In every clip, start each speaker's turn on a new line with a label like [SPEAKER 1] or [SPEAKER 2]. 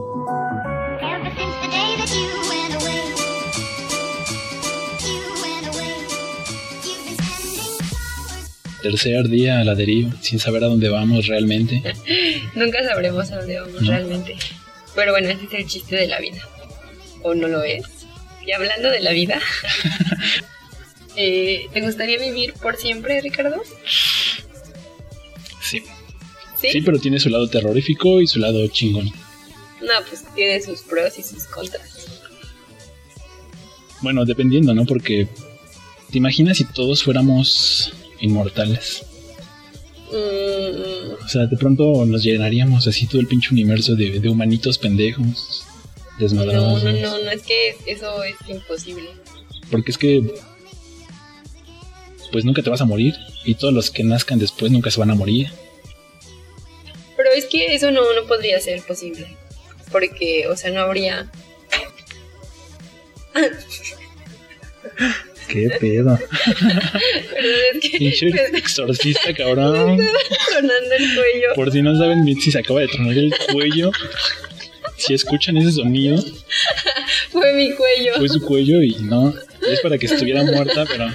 [SPEAKER 1] Ever since the day that you went away, you went away. You've been spending hours
[SPEAKER 2] Tercer día a la deriva, sin saber a dónde vamos realmente.
[SPEAKER 3] Nunca sabremos a dónde vamos
[SPEAKER 2] No.
[SPEAKER 3] realmente. Pero bueno, ese es el chiste de la vida. ¿O no lo es? Y hablando de la vida, eh, ¿te gustaría vivir por siempre, Ricardo?
[SPEAKER 2] Sí. Sí, pero tiene su lado terrorífico y su lado chingón.
[SPEAKER 3] No, pues tiene sus pros y sus contras.
[SPEAKER 2] Bueno, dependiendo, ¿no? Porque te imaginas si todos fuéramos inmortales.
[SPEAKER 3] Mm,
[SPEAKER 2] O sea, de pronto nos llenaríamos así todo el pinche universo de, de humanitos pendejos,
[SPEAKER 3] no,
[SPEAKER 2] desmadrados.
[SPEAKER 3] no, no, no es que eso es imposible.
[SPEAKER 2] Porque es que pues nunca te vas a morir y todos los que nazcan después nunca se van a morir.
[SPEAKER 3] Pero es que eso no, no podría ser posible. Porque, o sea, no habría.
[SPEAKER 2] Qué pedo.
[SPEAKER 3] Perdón, es que
[SPEAKER 2] Pinche
[SPEAKER 3] me está
[SPEAKER 2] exorcista, cabrón.
[SPEAKER 3] sonando el cuello.
[SPEAKER 2] Por si no saben, Mitzi se acaba de tronar el cuello. Si escuchan ese sonido,
[SPEAKER 3] Fue mi cuello.
[SPEAKER 2] fue su cuello y no es para que estuviera muerta, pero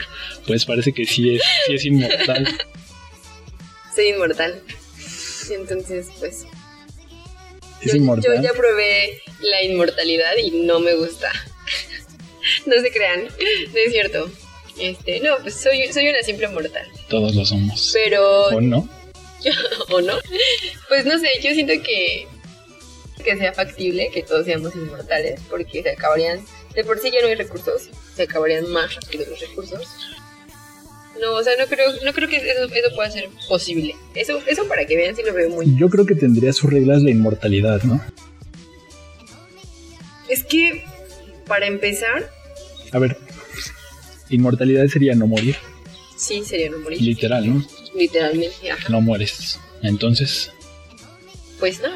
[SPEAKER 2] pues parece que sí es, sí es inmortal.
[SPEAKER 3] Soy inmortal. Entonces, pues.
[SPEAKER 2] Es
[SPEAKER 3] yo,
[SPEAKER 2] inmortal.
[SPEAKER 3] yo ya probé la inmortalidad y no me gusta. no se crean. No es cierto. Este, no, pues soy, soy una simple mortal.
[SPEAKER 2] Todos lo somos.
[SPEAKER 3] Pero.
[SPEAKER 2] ¿O no?
[SPEAKER 3] ¿O no? Pues no sé, yo siento que. Que sea factible que todos seamos inmortales. Porque se acabarían. De por sí ya no hay recursos. Se acabarían más rápido los recursos. No, o sea, no creo, no creo que eso, eso pueda ser posible. Eso, eso para que vean si lo veo muy
[SPEAKER 2] Yo creo que tendría sus reglas la inmortalidad, ¿no?
[SPEAKER 3] Es que, para empezar,
[SPEAKER 2] A ver, inmortalidad sería no morir,
[SPEAKER 3] sí sería no morir.
[SPEAKER 2] literal, ¿no?
[SPEAKER 3] Literalmente, ajá.
[SPEAKER 2] No mueres. Entonces,
[SPEAKER 3] Pues no,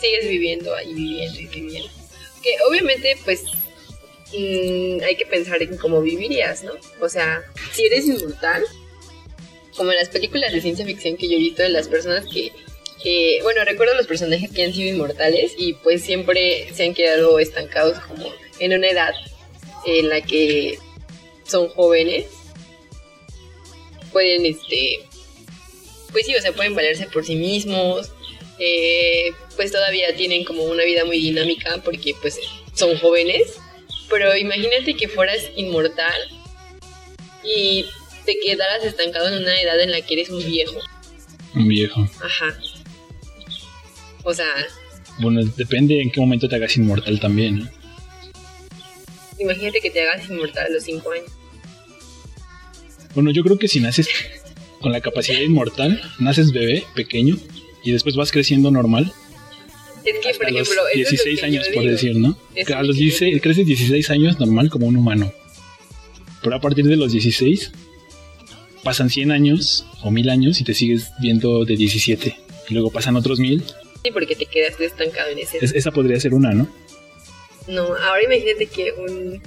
[SPEAKER 3] sigues viviendo ahí, viviendo y viviendo. Que obviamente, pues, mm, hay que pensar en cómo vivirías, ¿no? O sea, si eres inmortal, como en las películas de ciencia ficción que yo he visto de las personas que. que, bueno, recuerdo los personajes que han sido inmortales y pues siempre se han quedado estancados como en una edad en la que son jóvenes. Pueden, este, pues sí, o sea, pueden valerse por sí mismos, eh, pues todavía tienen como una vida muy dinámica porque pues son jóvenes, pero imagínate que fueras inmortal y te quedaras estancado en una edad en la que eres un viejo,
[SPEAKER 2] un viejo.
[SPEAKER 3] ajá. O sea,
[SPEAKER 2] Bueno, depende en qué momento te hagas inmortal también, ¿no?
[SPEAKER 3] imagínate que te hagas inmortal a los 5 años.
[SPEAKER 2] Bueno, yo creo que si naces con la capacidad inmortal, naces bebé, pequeño, y después vas creciendo normal.
[SPEAKER 3] Es que,
[SPEAKER 2] hasta
[SPEAKER 3] por ejemplo,
[SPEAKER 2] los
[SPEAKER 3] eso es lo
[SPEAKER 2] 16
[SPEAKER 3] que
[SPEAKER 2] años,
[SPEAKER 3] yo
[SPEAKER 2] por
[SPEAKER 3] digo.
[SPEAKER 2] decir, ¿no?
[SPEAKER 3] Es
[SPEAKER 2] A
[SPEAKER 3] lo
[SPEAKER 2] los
[SPEAKER 3] que yo
[SPEAKER 2] 16, creces 16 años normal como un humano. Pero a partir de los 16, pasan 100 años o 1000 años y te sigues viendo de 17. Y luego pasan otros 1000.
[SPEAKER 3] Sí, porque te quedaste estancado en ese
[SPEAKER 2] Es- esa podría ser una, ¿no?
[SPEAKER 3] No, ahora imagínate que un...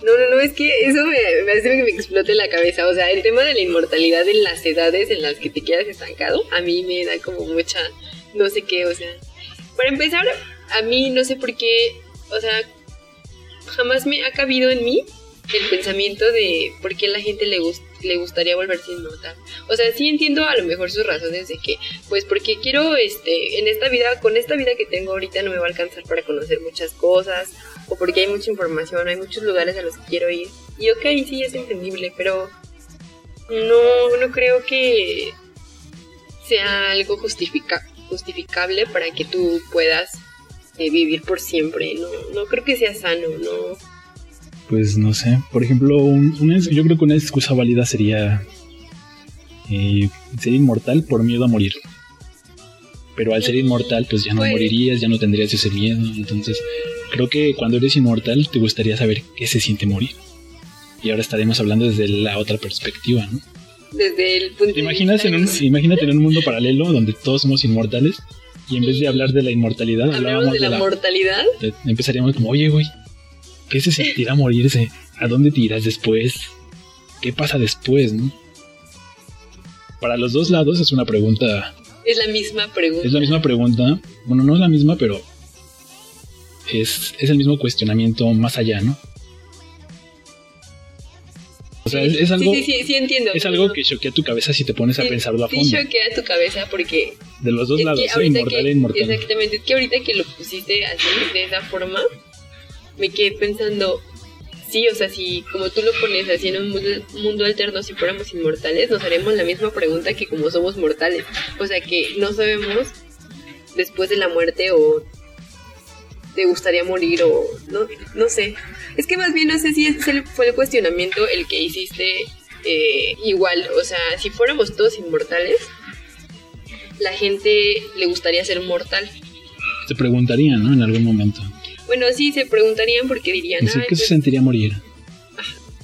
[SPEAKER 3] No, no, no, es que eso me, me hace que me explote la cabeza. O sea, el tema de la inmortalidad en las edades en las que te quedas estancado, a mí me da como mucha... No sé qué, o sea... Para empezar, a mí no sé por qué, o sea, jamás me ha cabido en mí el pensamiento de por qué a la gente le, gus- le gustaría volverse inmortal. O sea, sí entiendo a lo mejor sus razones de que, pues porque quiero, este, en esta vida, con esta vida que tengo ahorita no me va a alcanzar para conocer muchas cosas, o porque hay mucha información, hay muchos lugares a los que quiero ir. Y ok, sí, es entendible, pero no, no creo que sea algo justifica- justificable para que tú puedas eh, vivir por siempre. No, no creo que sea sano, no.
[SPEAKER 2] Pues no sé. Por ejemplo, un- una es- yo creo que una excusa válida sería eh, ser inmortal por miedo a morir. Pero al ser inmortal, pues ya no
[SPEAKER 3] Pues-
[SPEAKER 2] morirías, ya no tendrías ese miedo. Entonces, creo que cuando eres inmortal, te gustaría saber qué se siente morir. Y ahora estaremos hablando desde la otra perspectiva, ¿no?
[SPEAKER 3] Desde el punto
[SPEAKER 2] ¿Te imaginas
[SPEAKER 3] de
[SPEAKER 2] en un,
[SPEAKER 3] vista
[SPEAKER 2] imagínate en un mundo paralelo donde todos somos inmortales y en vez de hablar de la inmortalidad,
[SPEAKER 3] hablamos
[SPEAKER 2] hablábamos
[SPEAKER 3] de la mortalidad.
[SPEAKER 2] te- empezaríamos eh, como, oye, güey, ¿qué se sentirá morirse? ¿A dónde te irás después? ¿Qué pasa después, no? Para los dos lados es una pregunta,
[SPEAKER 3] Es la misma pregunta.
[SPEAKER 2] es la misma pregunta, bueno, no es la misma, pero es, es el mismo cuestionamiento más allá, ¿no? O sea, es, es algo,
[SPEAKER 3] sí, sí, sí, sí, entiendo.
[SPEAKER 2] es algo que choquea tu cabeza si te pones a
[SPEAKER 3] Sí,
[SPEAKER 2] pensarlo a
[SPEAKER 3] Sí
[SPEAKER 2] fondo.
[SPEAKER 3] choquea tu cabeza porque
[SPEAKER 2] De los dos
[SPEAKER 3] es
[SPEAKER 2] lados,
[SPEAKER 3] que
[SPEAKER 2] ¿eh?
[SPEAKER 3] ahorita
[SPEAKER 2] inmortal
[SPEAKER 3] que-
[SPEAKER 2] e inmortal.
[SPEAKER 3] Exactamente, es que ahorita que lo pusiste así, de esa forma, me quedé pensando, sí, o sea, si como tú lo pones así en un mundo, mundo alterno, si fuéramos inmortales, nos haremos la misma pregunta que como somos mortales. O sea, que no sabemos después de la muerte o te gustaría morir o no, no sé. Es que más bien no sé si ese fue el cuestionamiento el que hiciste eh, igual. O sea, si fuéramos todos inmortales, la gente le gustaría ser mortal.
[SPEAKER 2] Te preguntarían, ¿no? En algún momento.
[SPEAKER 3] Bueno, sí, se preguntarían porque dirían,
[SPEAKER 2] Así,
[SPEAKER 3] "Ay,
[SPEAKER 2] ¿Qué se
[SPEAKER 3] pues,
[SPEAKER 2] sentiría morir?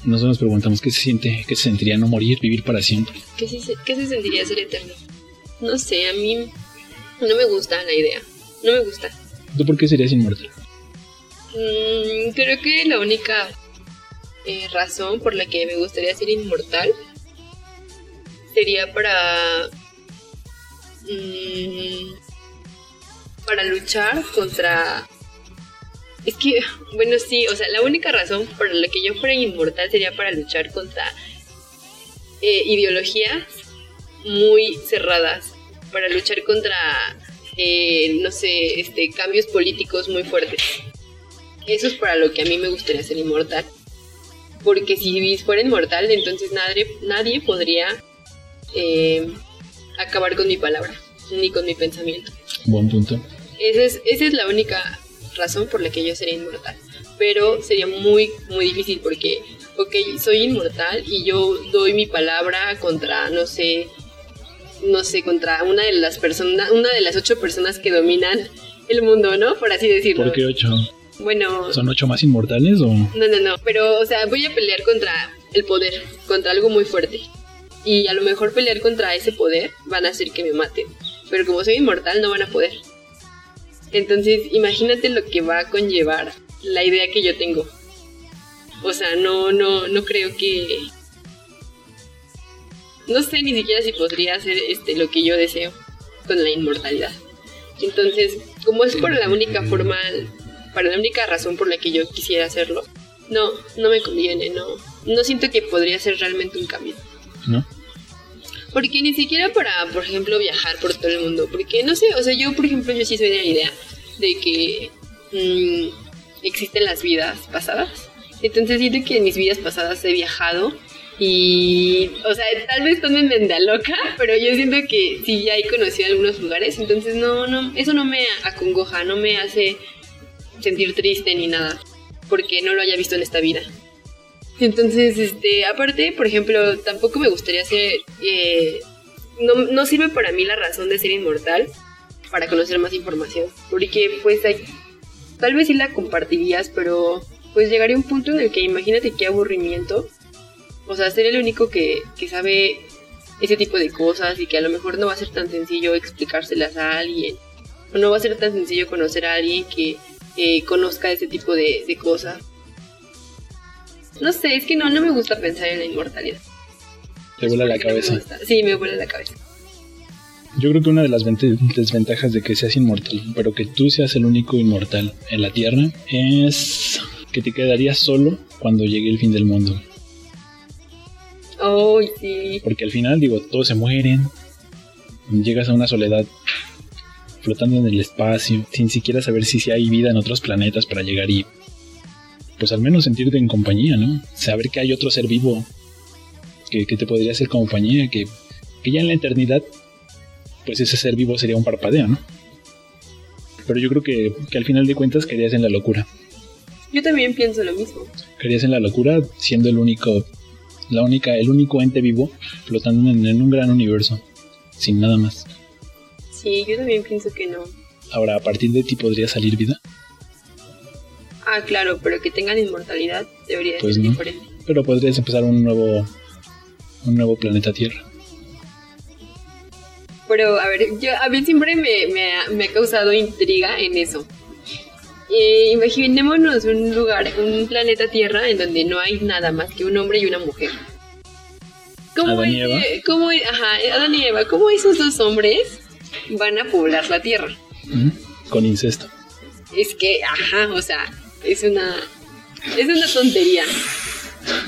[SPEAKER 2] Nosotros nos preguntamos qué se siente, qué se sentiría no morir, vivir para siempre.
[SPEAKER 3] ¿qué, se, qué se sentiría ser eterno? No sé, a mí no me gusta la idea. No me gusta.
[SPEAKER 2] ¿Tú por qué serías inmortal?
[SPEAKER 3] Mm, creo que la única eh, razón por la que me gustaría ser inmortal sería para. mm, para luchar contra. Es que, bueno, sí, o sea, la única razón por la que yo fuera inmortal sería para luchar contra eh, ideologías muy cerradas, para luchar contra, eh, no sé, este, cambios políticos muy fuertes. Eso es para lo que a mí me gustaría ser inmortal. Porque si fuera inmortal, entonces nadie, nadie podría eh, acabar con mi palabra, ni con mi pensamiento.
[SPEAKER 2] Buen punto.
[SPEAKER 3] Esa es, esa es la única razón por la que yo sería inmortal. Pero sería muy, muy difícil porque, ok, soy inmortal y yo doy mi palabra contra, no sé, no sé, contra una de las personas, una de las ocho personas que dominan el mundo, ¿no? Por así decirlo.
[SPEAKER 2] ¿Por qué ocho?
[SPEAKER 3] Bueno,
[SPEAKER 2] ¿Son ocho más inmortales o...?
[SPEAKER 3] no, no, no. Pero, o sea, voy a pelear contra el poder, contra algo muy fuerte. Y a lo mejor pelear contra ese poder van a hacer que me maten. Pero como soy inmortal, no van a poder. Entonces, imagínate lo que va a conllevar la idea que yo tengo. O sea, no, no, no creo que. No sé ni siquiera si podría hacer este, lo que yo deseo con la inmortalidad. Entonces, como es por la única forma, para la única razón por la que yo quisiera hacerlo, no, no me conviene, no. No siento que podría ser realmente un cambio.
[SPEAKER 2] ¿No?
[SPEAKER 3] Porque ni siquiera para, por ejemplo, viajar por todo el mundo. Porque no sé, o sea, yo, por ejemplo, yo sí soy de la idea de que mm, existen las vidas pasadas. Entonces siento que en mis vidas pasadas he viajado y, o sea, tal vez tome menda loca, pero yo siento que sí ya he conocido algunos lugares. Entonces no, no, eso no me acongoja, no me hace sentir triste ni nada, porque no lo haya visto en esta vida. Entonces, este, aparte, por ejemplo, tampoco me gustaría ser. eh, no, no sirve para mí la razón de ser inmortal para conocer más información. Porque, pues, hay- tal vez sí la compartirías, pero pues llegaría un punto en el que imagínate qué aburrimiento. O sea, ser el único que, que sabe ese tipo de cosas y que a lo mejor no va a ser tan sencillo explicárselas a alguien. O no va a ser tan sencillo conocer a alguien que eh, conozca ese tipo de, de cosas. No sé, es que no, no me gusta pensar en la inmortalidad.
[SPEAKER 2] Te vuela la
[SPEAKER 3] Porque no me
[SPEAKER 2] cabeza.
[SPEAKER 3] gusta. Sí, me vuela la cabeza.
[SPEAKER 2] Yo creo que una de las vente- desventajas de que seas inmortal, pero que tú seas el único inmortal en la Tierra, es que te quedarías solo cuando llegue el fin del mundo.
[SPEAKER 3] Ay, sí.
[SPEAKER 2] Porque al final, digo, todos se mueren. Llegas a una soledad flotando en el espacio, sin siquiera saber si sí hay vida en otros planetas para llegar y, pues al menos sentirte en compañía, ¿no? Saber que hay otro ser vivo que, que te podría hacer compañía, que, que ya en la eternidad, pues ese ser vivo sería un parpadeo, ¿no? Pero yo creo que, que al final de cuentas querías en la locura.
[SPEAKER 3] Yo también pienso lo mismo.
[SPEAKER 2] Querías en la locura siendo el único, la única, el único ente vivo flotando en, en un gran universo, sin nada más.
[SPEAKER 3] Sí, yo también pienso que no.
[SPEAKER 2] Ahora, a partir de ti podría salir vida,
[SPEAKER 3] Ah, claro, pero que tengan inmortalidad debería
[SPEAKER 2] Pues
[SPEAKER 3] ser
[SPEAKER 2] no.
[SPEAKER 3] diferente.
[SPEAKER 2] pero podrías empezar un nuevo, un nuevo planeta Tierra.
[SPEAKER 3] Pero, a ver, yo, a mí siempre me, me ha, me ha causado intriga en eso. Eh, imaginémonos un lugar, un planeta Tierra en donde no hay nada más que un hombre y una mujer. ¿Cómo,
[SPEAKER 2] Adán
[SPEAKER 3] es,
[SPEAKER 2] y Eva.
[SPEAKER 3] eh, cómo es- ajá, Adán y Eva, ¿cómo esos dos hombres van a poblar la Tierra?
[SPEAKER 2] Ujú. Con incesto.
[SPEAKER 3] Es que, ajá, o sea, es una. Es una tontería.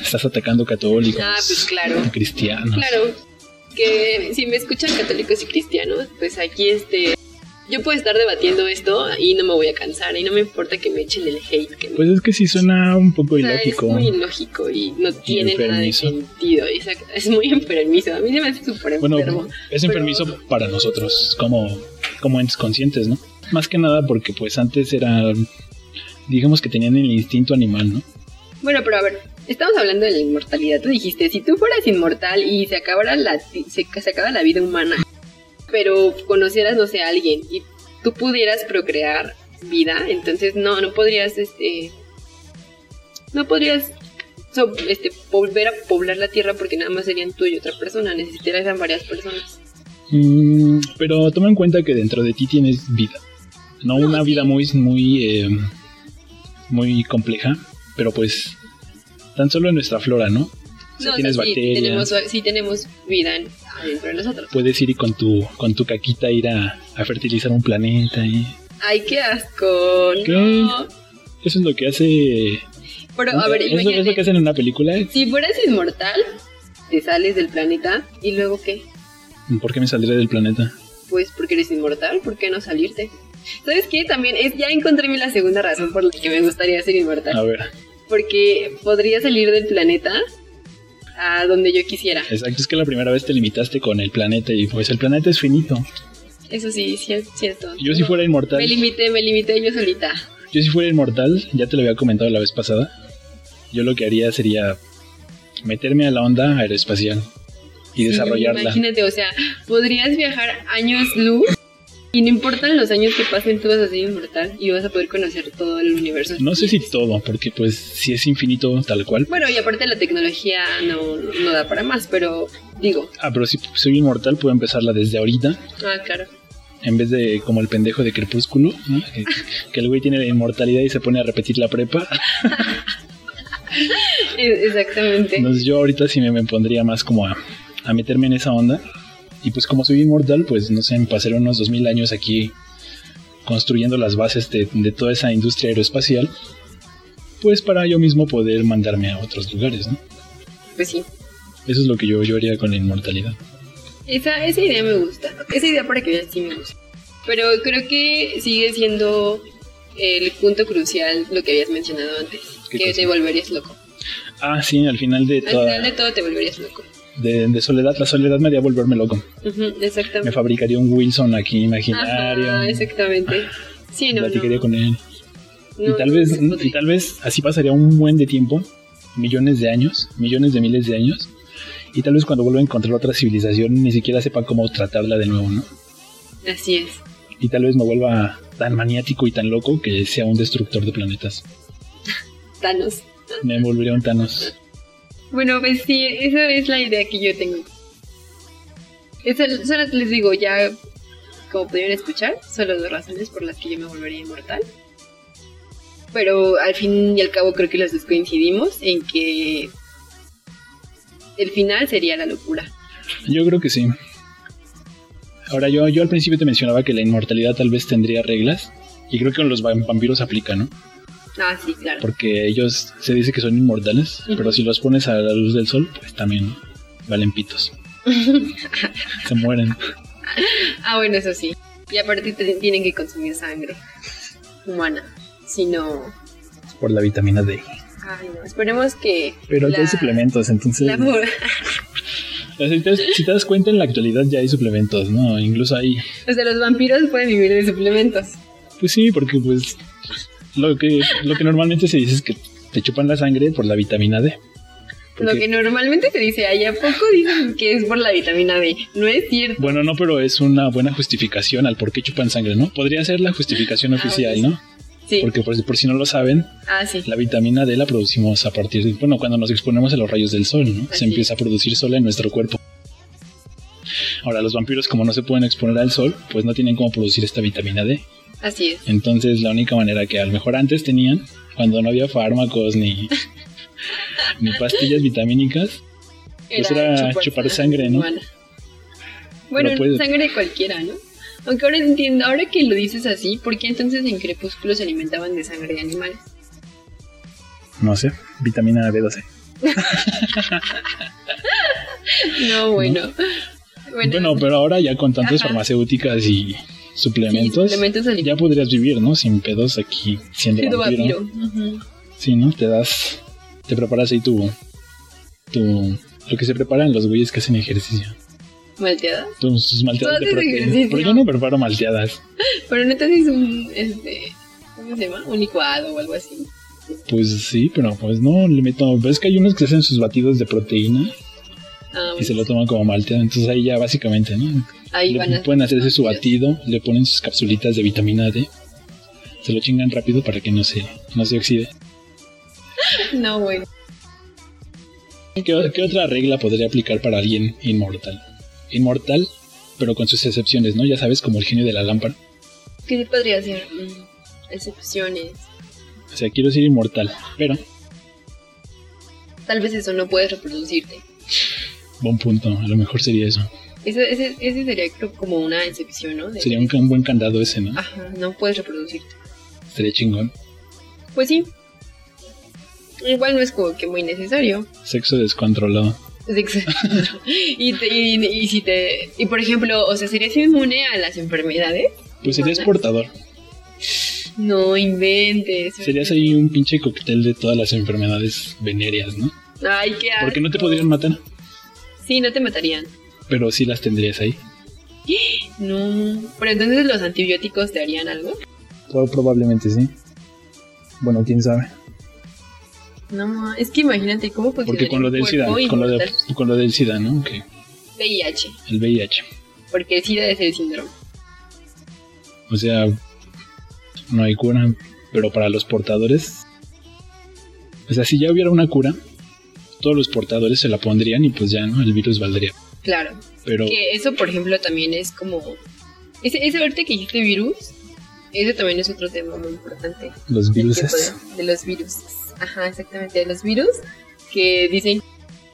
[SPEAKER 2] Estás atacando católicos,
[SPEAKER 3] Ah, pues claro.
[SPEAKER 2] cristianos.
[SPEAKER 3] Claro, que si me escuchan católicos y cristianos, pues aquí este. Yo puedo estar debatiendo esto y no me voy a cansar y no me importa que me echen el hate. Que me-
[SPEAKER 2] Pues es que sí suena un poco
[SPEAKER 3] o sea,
[SPEAKER 2] ilógico.
[SPEAKER 3] Es muy ilógico y no tiene nada de
[SPEAKER 2] enfermizo.
[SPEAKER 3] sentido. exacto, Es muy enfermizo. A mí se me hace súper
[SPEAKER 2] Bueno,
[SPEAKER 3] enfermo.
[SPEAKER 2] es enfermizo para nosotros, como, como entes conscientes, ¿no? Más que nada porque pues antes era, digamos que tenían el instinto animal, ¿no?
[SPEAKER 3] Bueno, pero a ver, estamos hablando de la inmortalidad. Tú dijiste, si tú fueras inmortal y se acabara la, ti- se, se acaba la vida humana, pero conocieras, no sé, a alguien y tú pudieras procrear vida, entonces no, no podrías, este, no podrías so- este, volver a poblar la tierra porque nada más serían tú y otra persona, necesitarías a varias personas.
[SPEAKER 2] Mm, pero toma en cuenta que dentro de ti tienes vida. No, una vida muy, muy, eh, muy compleja, pero pues tan solo en nuestra flora, ¿no? O sea,
[SPEAKER 3] no, o sea,
[SPEAKER 2] tienes
[SPEAKER 3] sí,
[SPEAKER 2] bacterias,
[SPEAKER 3] tenemos, sí tenemos vida en- dentro de nosotros.
[SPEAKER 2] puedes ir y con tu, con tu caquita ir a, a fertilizar un planeta. ¿eh?
[SPEAKER 3] Ay, qué asco.
[SPEAKER 2] ¿Qué?
[SPEAKER 3] No.
[SPEAKER 2] Eso es lo que hace...
[SPEAKER 3] Pero, a ver,
[SPEAKER 2] eso- eso,
[SPEAKER 3] imagínate.
[SPEAKER 2] que hacen en una película. ¿eh?
[SPEAKER 3] Si fueras inmortal, te sales del planeta y luego qué?
[SPEAKER 2] ¿Por qué me saldré del planeta?
[SPEAKER 3] Pues porque eres inmortal, ¿por qué no salirte? ¿Sabes qué? También es, ya encontré la segunda razón por la que me gustaría ser
[SPEAKER 2] A
[SPEAKER 3] inmortal.
[SPEAKER 2] ver,
[SPEAKER 3] Porque podría salir del planeta a donde yo quisiera.
[SPEAKER 2] exacto, es que la primera vez te limitaste con el planeta y pues el planeta es finito.
[SPEAKER 3] Eso sí, sí es cierto.
[SPEAKER 2] Yo si fuera inmortal,
[SPEAKER 3] Me limité, me limité yo solita.
[SPEAKER 2] yo si fuera inmortal, ya te lo había comentado la vez pasada, yo lo que haría sería meterme a la onda aeroespacial y
[SPEAKER 3] Sí,
[SPEAKER 2] desarrollarla.
[SPEAKER 3] Imagínate, o sea, podrías viajar años luz y no importan los años que pasen, tú vas a ser inmortal y vas a poder conocer todo el universo.
[SPEAKER 2] No sé si todo, porque pues si es infinito tal cual.
[SPEAKER 3] Bueno, y aparte la tecnología no, no da para más, pero digo,
[SPEAKER 2] Ah, pero si soy inmortal puedo empezarla desde ahorita,
[SPEAKER 3] ah, claro.
[SPEAKER 2] en vez de como el pendejo de Crepúsculo, ¿no? que, que el güey tiene la inmortalidad y se pone a repetir la prepa.
[SPEAKER 3] E- Exactamente.
[SPEAKER 2] Entonces yo ahorita sí me, me pondría más como a, a meterme en esa onda. Y pues como soy inmortal, pues no sé, me pasaré unos 2000 años aquí construyendo las bases de, de toda esa industria aeroespacial. Pues para yo mismo poder mandarme a otros lugares, ¿no?
[SPEAKER 3] Pues sí.
[SPEAKER 2] Eso es lo que yo, yo haría con la inmortalidad.
[SPEAKER 3] Esa, esa idea me gusta. Esa idea para que veas sí me gusta. Pero creo que sigue siendo el punto crucial lo que habías mencionado antes,
[SPEAKER 2] ¿Qué
[SPEAKER 3] que
[SPEAKER 2] cosa?
[SPEAKER 3] te volverías loco.
[SPEAKER 2] Ah, sí, al final de
[SPEAKER 3] Al final de
[SPEAKER 2] toda...
[SPEAKER 3] todo te volverías loco.
[SPEAKER 2] De, de soledad, la soledad me haría volverme loco.
[SPEAKER 3] Ujú,
[SPEAKER 2] Me
[SPEAKER 3] exactamente.
[SPEAKER 2] fabricaría un Wilson aquí imaginario. Ah.
[SPEAKER 3] Ajá, exactamente. Sí, no,
[SPEAKER 2] platicaría
[SPEAKER 3] no.
[SPEAKER 2] con él.
[SPEAKER 3] No,
[SPEAKER 2] y tal
[SPEAKER 3] no,
[SPEAKER 2] vez,
[SPEAKER 3] no se podría.
[SPEAKER 2] y tal vez así pasaría un buen de tiempo, millones de años, millones de miles de años, y tal vez cuando vuelva a encontrar otra civilización ni siquiera sepa cómo tratarla de nuevo, ¿no?
[SPEAKER 3] Así es.
[SPEAKER 2] Y tal vez me vuelva tan maniático y tan loco que sea un destructor de planetas.
[SPEAKER 3] Thanos.
[SPEAKER 2] Me volvería un Thanos.
[SPEAKER 3] Bueno, pues sí, esa es la idea que yo tengo. Esa- solo les digo, ya como pudieron escuchar, son las dos razones por las que yo me volvería inmortal. Pero al fin y al cabo creo que las dos coincidimos en que el final sería la locura.
[SPEAKER 2] Yo creo que sí. Ahora, yo, yo al principio te mencionaba que la inmortalidad tal vez tendría reglas, y creo que con los vam- vampiros aplica, ¿no?
[SPEAKER 3] Ah, sí, claro.
[SPEAKER 2] Porque ellos se dice que son inmortales,
[SPEAKER 3] Ujú.
[SPEAKER 2] pero si los pones a la luz del sol, pues también valen pitos. se mueren.
[SPEAKER 3] Ah, bueno, eso sí. Y aparte te- tienen que consumir sangre humana. Si no...
[SPEAKER 2] por la vitamina D.
[SPEAKER 3] Ay, no. Esperemos que...
[SPEAKER 2] Pero
[SPEAKER 3] la-
[SPEAKER 2] ya hay suplementos, ¿eh? entonces.
[SPEAKER 3] la mu-
[SPEAKER 2] si, te, si te das cuenta, en la actualidad ya hay suplementos, ¿no? Incluso hay.
[SPEAKER 3] O sea, los vampiros pueden vivir de suplementos.
[SPEAKER 2] Pues sí, porque pues. Lo que, lo que normalmente se dice es que te chupan la sangre por la vitamina D.
[SPEAKER 3] Lo
[SPEAKER 2] Porque-
[SPEAKER 3] que normalmente se dice, allá poco dicen que es por la vitamina D. No es cierto.
[SPEAKER 2] Bueno, no, pero es una buena justificación al por qué chupan sangre, ¿no? Podría ser la justificación
[SPEAKER 3] Ah,
[SPEAKER 2] oficial,
[SPEAKER 3] ok.
[SPEAKER 2] ¿no?
[SPEAKER 3] Sí.
[SPEAKER 2] Porque por, por si no lo saben,
[SPEAKER 3] Ah, sí.
[SPEAKER 2] la vitamina D la producimos a partir de, bueno, cuando nos exponemos a los rayos del sol, ¿no?
[SPEAKER 3] Así
[SPEAKER 2] Se empieza a producir sola en nuestro cuerpo. Ahora, los vampiros, como no se pueden exponer al sol, pues no tienen cómo producir esta vitamina D.
[SPEAKER 3] Así es.
[SPEAKER 2] Entonces, la única manera que a lo mejor antes tenían, cuando no había fármacos ni, ni pastillas vitamínicas, Pues era chupar sangre, ¿no?
[SPEAKER 3] humana. Bueno,
[SPEAKER 2] Pero puede-
[SPEAKER 3] sangre cualquiera, ¿no? Aunque ahora entiendo, ahora que lo dices así, ¿por qué entonces en Crepúsculo se alimentaban de sangre de animales?
[SPEAKER 2] No sé, vitamina B12.
[SPEAKER 3] No, bueno.
[SPEAKER 2] Bueno, pero ahora ya con tantas
[SPEAKER 3] Ajá.
[SPEAKER 2] farmacéuticas y
[SPEAKER 3] sí,
[SPEAKER 2] suplementos,
[SPEAKER 3] suplementos alimentarios.
[SPEAKER 2] ya podrías vivir, ¿no? Sin pedos aquí siendo
[SPEAKER 3] Siendo
[SPEAKER 2] vampiro.
[SPEAKER 3] vampiro. Ujú.
[SPEAKER 2] Sí, ¿no? Te das, te preparas ahí tu, tu, lo que se preparan los güeyes que hacen ejercicio.
[SPEAKER 3] ¿Malteadas?
[SPEAKER 2] Tus, sus malteadas
[SPEAKER 3] ¿Tú
[SPEAKER 2] de
[SPEAKER 3] haces
[SPEAKER 2] proteína.
[SPEAKER 3] ejercicio?
[SPEAKER 2] Porque yo no preparo malteadas.
[SPEAKER 3] Pero no te haces un, este, ¿cómo se llama? Un licuado o algo así.
[SPEAKER 2] Pues sí, pero pues no le meto. Ves que hay unos que hacen sus batidos de proteína y
[SPEAKER 3] Ah, bueno,
[SPEAKER 2] se lo toman como malteado. Entonces ahí ya básicamente, ¿no?
[SPEAKER 3] ahí
[SPEAKER 2] Le-
[SPEAKER 3] van a...
[SPEAKER 2] pueden hacerse su batido, le ponen sus capsulitas de vitamina D, se lo chingan rápido para que no se, no se oxide.
[SPEAKER 3] No, bueno.
[SPEAKER 2] ¿Qué, qué otra regla podría aplicar para alguien inmortal? Inmortal, pero con sus excepciones, ¿no? Ya sabes, como el genio de la lámpara.
[SPEAKER 3] ¿Qué se podría hacer? Mm, excepciones.
[SPEAKER 2] O sea, quiero ser inmortal, pero,
[SPEAKER 3] Tal vez eso no puedes reproducirte.
[SPEAKER 2] buen punto, a lo mejor sería eso.
[SPEAKER 3] Ese, ese, ese sería creo, como una excepción, ¿no? De-
[SPEAKER 2] Sería un, un buen candado ese, ¿no?
[SPEAKER 3] Ajá, no puedes reproducirte.
[SPEAKER 2] Estaría chingón.
[SPEAKER 3] Pues sí. Igual no es como que muy necesario.
[SPEAKER 2] Sexo descontrolado.
[SPEAKER 3] Es exacto. y, te- y, y si te... Y por ejemplo, o sea, ¿serías inmune a las enfermedades?
[SPEAKER 2] Pues serías
[SPEAKER 3] Ajá.
[SPEAKER 2] portador.
[SPEAKER 3] No inventes.
[SPEAKER 2] Serías ahí un pinche cóctel de todas las enfermedades venéreas, ¿no?
[SPEAKER 3] Ay, qué asco.
[SPEAKER 2] Porque no te podrían matar,
[SPEAKER 3] Sí, no te matarían.
[SPEAKER 2] pero sí las tendrías ahí.
[SPEAKER 3] No. Pero entonces los antibióticos te harían algo.
[SPEAKER 2] Pro- Probablemente sí. Bueno, quién sabe.
[SPEAKER 3] No, es que imagínate cómo
[SPEAKER 2] Porque con lo del SIDA, con lo, de- con lo del SIDA, ¿no? Que
[SPEAKER 3] VIH.
[SPEAKER 2] el VIH.
[SPEAKER 3] Porque el SIDA es el síndrome.
[SPEAKER 2] O sea, no hay cura, pero para los portadores. O sea, si ya hubiera una cura, todos los portadores se la pondrían y pues ya, ¿no? El virus valdría.
[SPEAKER 3] Claro.
[SPEAKER 2] Pero
[SPEAKER 3] Que eso, por ejemplo, también es como... Ese, ese ahorita que dijiste virus, ese también es otro tema muy importante.
[SPEAKER 2] los
[SPEAKER 3] del
[SPEAKER 2] virus
[SPEAKER 3] tiempo De, de los virus. Ajá, exactamente. De los virus que dicen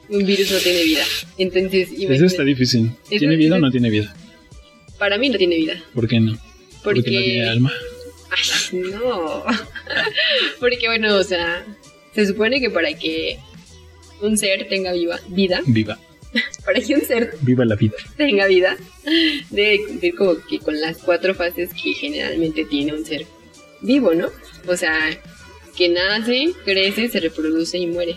[SPEAKER 3] que un virus no tiene vida. Entonces,
[SPEAKER 2] Eso
[SPEAKER 3] imagínate,
[SPEAKER 2] está difícil.
[SPEAKER 3] Eso-
[SPEAKER 2] ¿Tiene vida o
[SPEAKER 3] eso-
[SPEAKER 2] no tiene vida?
[SPEAKER 3] para mí no tiene vida.
[SPEAKER 2] ¿Por qué no? Porque, no tiene alma.
[SPEAKER 3] Ay, no. Porque bueno, o sea, se supone que para que un ser tenga viva, vida,
[SPEAKER 2] Viva.
[SPEAKER 3] para que un ser
[SPEAKER 2] Viva la vida.
[SPEAKER 3] tenga vida, debe cumplir como que con las cuatro fases que generalmente tiene un ser vivo, ¿no? O sea, que nace, crece, se reproduce y muere.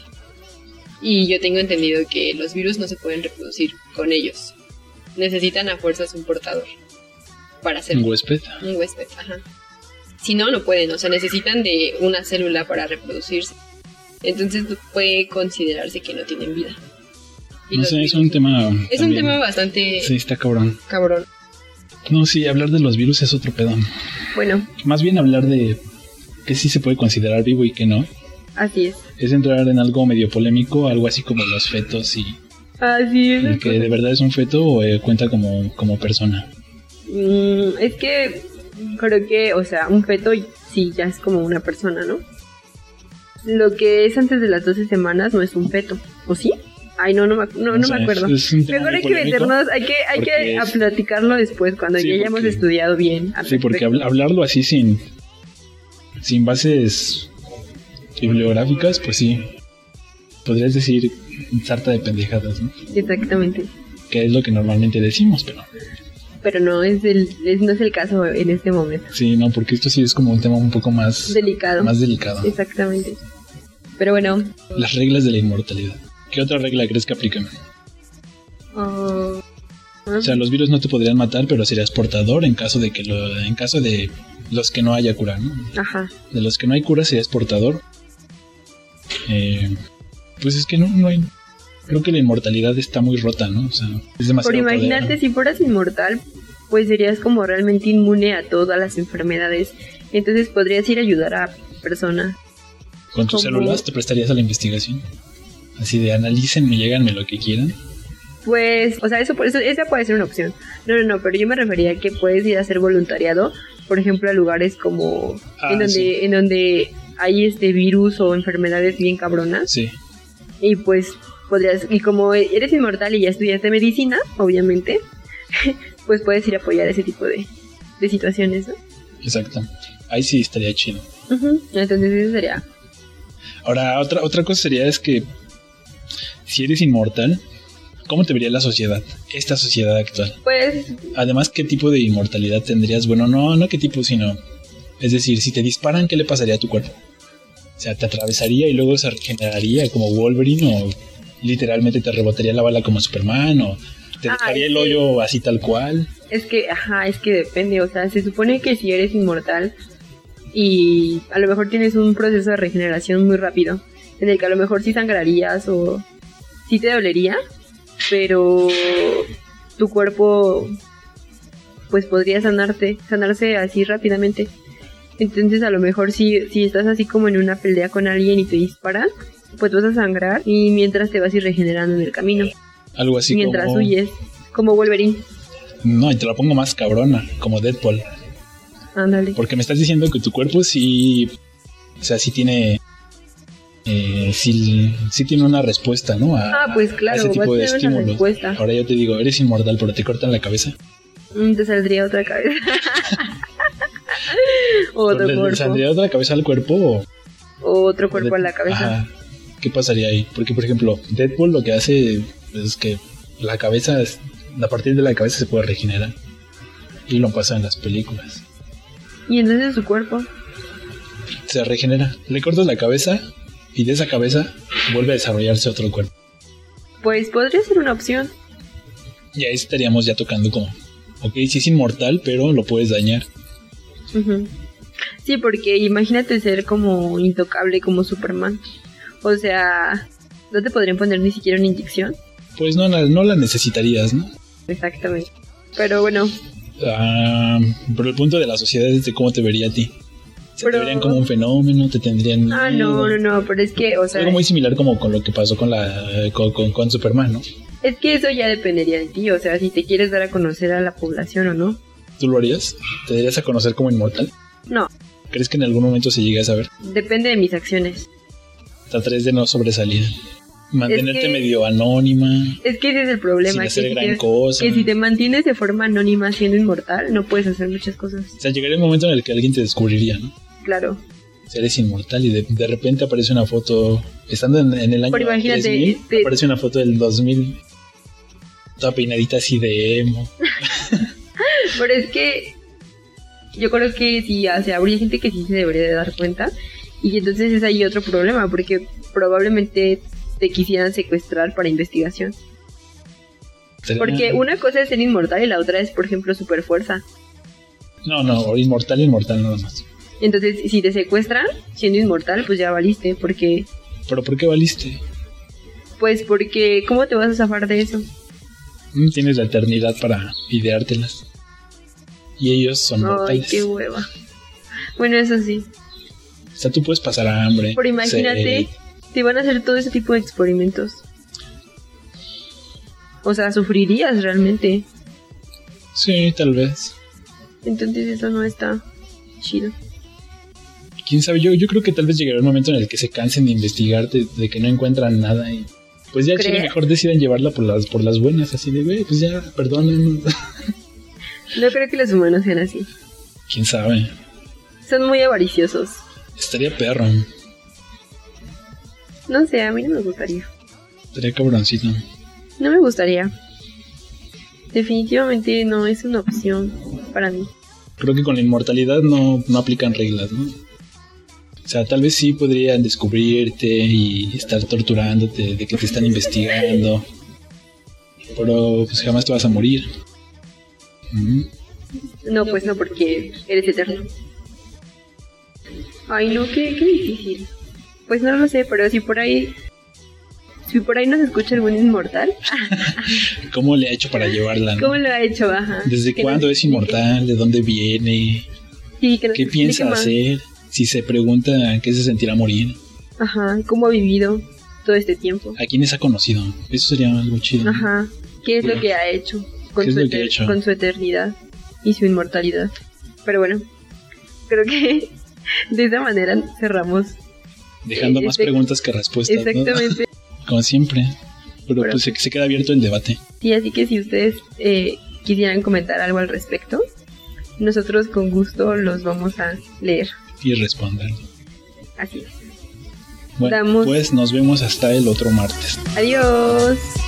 [SPEAKER 3] Y yo tengo entendido que los virus no se pueden reproducir con ellos. Necesitan a fuerzas un portador para ser
[SPEAKER 2] Un huésped.
[SPEAKER 3] un huésped, ajá. Si no, no pueden, o sea, necesitan de una célula para reproducirse. Entonces puede considerarse que no tienen vida. Y
[SPEAKER 2] No
[SPEAKER 3] los
[SPEAKER 2] sé, es
[SPEAKER 3] virus-
[SPEAKER 2] un tema.
[SPEAKER 3] Es un
[SPEAKER 2] también-
[SPEAKER 3] tema bastante
[SPEAKER 2] Sí, está cabrón.
[SPEAKER 3] cabrón.
[SPEAKER 2] No, sí, hablar de los virus es otro pedo.
[SPEAKER 3] Bueno,
[SPEAKER 2] Más bien hablar de que sí se puede considerar vivo y que no.
[SPEAKER 3] así es.
[SPEAKER 2] Es entrar en algo medio polémico, algo así como los fetos y
[SPEAKER 3] Así
[SPEAKER 2] el que de verdad es un feto o eh, cuenta como, como persona.
[SPEAKER 3] Mm, es que creo que, o sea, un feto sí ya es como una persona, ¿no? Lo que es antes de las 12 semanas no es un feto, ¿o sí? Ay, no, no me, acu- no,
[SPEAKER 2] O
[SPEAKER 3] no
[SPEAKER 2] sea,
[SPEAKER 3] me
[SPEAKER 2] es-
[SPEAKER 3] acuerdo.
[SPEAKER 2] es un tema
[SPEAKER 3] Mejor
[SPEAKER 2] muy
[SPEAKER 3] hay que
[SPEAKER 2] polémico.
[SPEAKER 3] meternos, hay que, hay
[SPEAKER 2] porque
[SPEAKER 3] que a
[SPEAKER 2] es-
[SPEAKER 3] platicarlo después, cuando
[SPEAKER 2] Sí,
[SPEAKER 3] ya hayamos
[SPEAKER 2] porque-
[SPEAKER 3] estudiado bien. al
[SPEAKER 2] Sí, porque
[SPEAKER 3] respecto.
[SPEAKER 2] habl- hablarlo así sin, sin bases bibliográficas, pues sí. Podrías decir sarta de pendejadas, ¿no?
[SPEAKER 3] Exactamente.
[SPEAKER 2] Que es lo que normalmente decimos, pero
[SPEAKER 3] Pero no es, el, es- no es el caso en este momento.
[SPEAKER 2] sí, no, porque esto sí es como un tema un poco más,
[SPEAKER 3] Delicado.
[SPEAKER 2] más delicado.
[SPEAKER 3] Exactamente. Pero bueno.
[SPEAKER 2] Las reglas de la inmortalidad. ¿Qué otra regla crees que aplican?
[SPEAKER 3] ah,
[SPEAKER 2] O sea, los virus no te podrían matar, pero serías portador en caso de que lo, en caso de los que no haya cura, ¿no?
[SPEAKER 3] Ajá.
[SPEAKER 2] De los que no hay cura serías portador. Eh, pues es que no, no hay. Creo que la inmortalidad está muy rota, ¿no? O sea, es demasiado.
[SPEAKER 3] Pero
[SPEAKER 2] poder,
[SPEAKER 3] imagínate si fueras inmortal, pues serías como realmente inmune a todas las enfermedades. Entonces podrías ir a ayudar a personas.
[SPEAKER 2] ¿no? Con tus
[SPEAKER 3] como-
[SPEAKER 2] células te prestarías a la investigación. Así de analícenme, lleganme lo que quieran.
[SPEAKER 3] Pues, o sea, eso, eso esa puede ser una opción. No, no, no, pero yo me refería a que puedes ir a hacer voluntariado, por ejemplo, a lugares como
[SPEAKER 2] Ah,
[SPEAKER 3] en donde
[SPEAKER 2] sí.
[SPEAKER 3] en donde hay este virus o enfermedades bien cabronas
[SPEAKER 2] Sí.
[SPEAKER 3] y pues podrías y como eres inmortal y ya estudiaste medicina, obviamente, pues puedes ir a apoyar ese tipo de de situaciones, ¿no?
[SPEAKER 2] Exacto. Ahí sí estaría chido.
[SPEAKER 3] Ujú, Entonces eso sería.
[SPEAKER 2] Ahora, otra, otra cosa sería es que si eres inmortal, ¿cómo te vería la sociedad? Esta sociedad actual.
[SPEAKER 3] Pues,
[SPEAKER 2] Además, ¿qué tipo de inmortalidad tendrías? Bueno, no, no qué tipo, sino... Es decir, si te disparan, ¿qué le pasaría a tu cuerpo? O sea, te atravesaría y luego se regeneraría como Wolverine o literalmente te rebotaría la bala como Superman o te
[SPEAKER 3] Ay,
[SPEAKER 2] dejaría el
[SPEAKER 3] sí.
[SPEAKER 2] hoyo así tal cual.
[SPEAKER 3] es que, ajá, es que depende. O sea, se supone que si eres inmortal y a lo mejor tienes un proceso de regeneración muy rápido, en el que a lo mejor sí sangrarías o sí te dolería, pero tu cuerpo pues podría sanarte, sanarse así rápidamente. Entonces a lo mejor si, si estás así como en una pelea con alguien y te disparan, pues vas a sangrar y mientras te vas a ir regenerando en el camino,
[SPEAKER 2] Algo así
[SPEAKER 3] mientras
[SPEAKER 2] como...
[SPEAKER 3] huyes, como Wolverine.
[SPEAKER 2] No, y te la pongo más cabrona, como Deadpool.
[SPEAKER 3] Ándale.
[SPEAKER 2] Porque me estás diciendo que tu cuerpo sí. O sea, sí tiene. eh, sí, sí tiene una respuesta, ¿no? A,
[SPEAKER 3] Ah, pues
[SPEAKER 2] a
[SPEAKER 3] claro,
[SPEAKER 2] ese tipo
[SPEAKER 3] vas
[SPEAKER 2] de
[SPEAKER 3] a tener una
[SPEAKER 2] estímulos.
[SPEAKER 3] respuesta.
[SPEAKER 2] Ahora yo te digo, eres inmortal, pero te cortan la cabeza.
[SPEAKER 3] Mm, Te saldría otra cabeza. O otro
[SPEAKER 2] ¿Le- le
[SPEAKER 3] cuerpo.
[SPEAKER 2] ¿Saldría otra cabeza al cuerpo o.?
[SPEAKER 3] O otro cuerpo a la cabeza.
[SPEAKER 2] Ajá. ¿Qué pasaría ahí? Porque, por ejemplo, Deadpool lo que hace es que la cabeza. es- A partir de la cabeza se puede regenerar. Y lo pasa en las películas.
[SPEAKER 3] Y entonces su cuerpo.
[SPEAKER 2] Se regenera. Le cortas la cabeza y de esa cabeza vuelve a desarrollarse otro cuerpo.
[SPEAKER 3] Pues podría ser una opción.
[SPEAKER 2] Y ahí estaríamos ya tocando como, ok, sí es inmortal, pero lo puedes dañar.
[SPEAKER 3] Ujú. Sí, porque imagínate ser como intocable como Superman. O sea, no te podrían poner ni siquiera una inyección.
[SPEAKER 2] Pues no, la- no la necesitarías, ¿no?
[SPEAKER 3] Exactamente. Pero bueno,
[SPEAKER 2] Ah, pero el punto de la sociedad es de cómo te vería a ti. ¿Se te
[SPEAKER 3] Pero-
[SPEAKER 2] verían como un fenómeno? ¿Te tendrían
[SPEAKER 3] ah, no, no, no, pero es que, o sea,
[SPEAKER 2] Algo muy similar como con lo que pasó con, la, con, con- con Superman, ¿no?
[SPEAKER 3] es que eso ya dependería de ti, o sea, si te quieres dar a conocer a la población o no.
[SPEAKER 2] ¿Tú lo harías? ¿Te darías a conocer como inmortal?
[SPEAKER 3] No,
[SPEAKER 2] ¿Crees que en algún momento se llegue a saber?
[SPEAKER 3] depende de mis acciones.
[SPEAKER 2] Tratarás de no sobresalir. Mantenerte
[SPEAKER 3] que-
[SPEAKER 2] medio anónima,
[SPEAKER 3] Es que ese es el problema.
[SPEAKER 2] sin
[SPEAKER 3] que,
[SPEAKER 2] hacer
[SPEAKER 3] si
[SPEAKER 2] gran
[SPEAKER 3] te,
[SPEAKER 2] cosa.
[SPEAKER 3] que si te mantienes de forma anónima siendo inmortal, no puedes hacer muchas cosas.
[SPEAKER 2] O sea, llegaría el momento en el que alguien te descubriría, ¿no?
[SPEAKER 3] Claro.
[SPEAKER 2] eres inmortal y de, de repente aparece una foto, estando en, en el año
[SPEAKER 3] Pero imagínate,
[SPEAKER 2] 3000,
[SPEAKER 3] este-
[SPEAKER 2] aparece una foto del 2000, toda peinadita así de emo.
[SPEAKER 3] Pero es que yo creo que sí, o sea, habría gente que sí se debería de dar cuenta. Y entonces es ahí otro problema, porque probablemente te quisieran secuestrar para investigación. Porque una cosa es ser inmortal y la otra es, por ejemplo, super fuerza.
[SPEAKER 2] No, no, inmortal, inmortal nada más.
[SPEAKER 3] Entonces, si te secuestran siendo inmortal, pues ya valiste, porque,
[SPEAKER 2] Pero ¿por qué valiste?
[SPEAKER 3] pues porque, ¿cómo te vas a zafar de eso?
[SPEAKER 2] Mm, Tienes la eternidad para ideártelas. Y ellos son
[SPEAKER 3] Ay,
[SPEAKER 2] mortales.
[SPEAKER 3] qué hueva. Bueno, eso sí.
[SPEAKER 2] O sea, tú puedes pasar hambre.
[SPEAKER 3] Pero imagínate,
[SPEAKER 2] sed.
[SPEAKER 3] te van a hacer todo ese tipo de experimentos. O sea, sufrirías realmente.
[SPEAKER 2] Sí, tal vez.
[SPEAKER 3] Entonces eso no está chido.
[SPEAKER 2] quién sabe, yo, yo creo que tal vez llegará el momento en el que se cansen de investigarte, de que no encuentran nada y pues ya al chile
[SPEAKER 3] ¿Crees?
[SPEAKER 2] mejor decidan llevarla por las, por las buenas, así de, güey, pues ya, perdónenos.
[SPEAKER 3] No creo que los humanos sean así.
[SPEAKER 2] quién sabe,
[SPEAKER 3] Son muy avariciosos.
[SPEAKER 2] estaría perro,
[SPEAKER 3] No sé, a mí no me gustaría.
[SPEAKER 2] estaría cabroncito.
[SPEAKER 3] No me gustaría. Definitivamente no es una opción para mí.
[SPEAKER 2] Creo que con la inmortalidad no, no aplican reglas, ¿no? O sea, tal vez sí podrían descubrirte y estar torturándote de que te están investigando. Pero pues jamás te vas a morir. Ujú.
[SPEAKER 3] No, pues no, porque eres eterno. Ay, no, qué, qué difícil. Pues no lo sé, pero si por ahí. Si por ahí nos escucha algún inmortal,
[SPEAKER 2] ¿Cómo le ha hecho para llevarla? no?
[SPEAKER 3] ¿cómo lo ha hecho? Ajá.
[SPEAKER 2] ¿Desde
[SPEAKER 3] Que Pues,
[SPEAKER 2] cuándo
[SPEAKER 3] nos
[SPEAKER 2] es
[SPEAKER 3] explique.
[SPEAKER 2] inmortal? ¿De dónde viene?
[SPEAKER 3] Sí, que nos
[SPEAKER 2] ¿Qué eh?
[SPEAKER 3] explique
[SPEAKER 2] piensa
[SPEAKER 3] más.
[SPEAKER 2] hacer? Si se pregunta qué se sentirá morir,
[SPEAKER 3] Ajá, ¿cómo ha vivido todo este tiempo?
[SPEAKER 2] a quiénes ha conocido, eso sería algo chido. ¿no?
[SPEAKER 3] Ajá, ¿qué es lo que ha hecho
[SPEAKER 2] ¿Qué
[SPEAKER 3] con,
[SPEAKER 2] es
[SPEAKER 3] su,
[SPEAKER 2] lo que ha
[SPEAKER 3] eter-
[SPEAKER 2] hecho?
[SPEAKER 3] con su eternidad y su inmortalidad? Pero bueno, creo que de esa manera cerramos.
[SPEAKER 2] Dejando más
[SPEAKER 3] Exact-
[SPEAKER 2] preguntas que respuestas, ¿no?
[SPEAKER 3] Exactamente.
[SPEAKER 2] como siempre. Pero
[SPEAKER 3] Pero-
[SPEAKER 2] pues se, se queda abierto el debate.
[SPEAKER 3] Sí, así que si ustedes eh, quisieran comentar algo al respecto, Nosotros con gusto los vamos a leer.
[SPEAKER 2] y respondan.
[SPEAKER 3] Así es.
[SPEAKER 2] Bueno,
[SPEAKER 3] Damos-
[SPEAKER 2] pues nos vemos hasta el otro martes.
[SPEAKER 3] Adiós.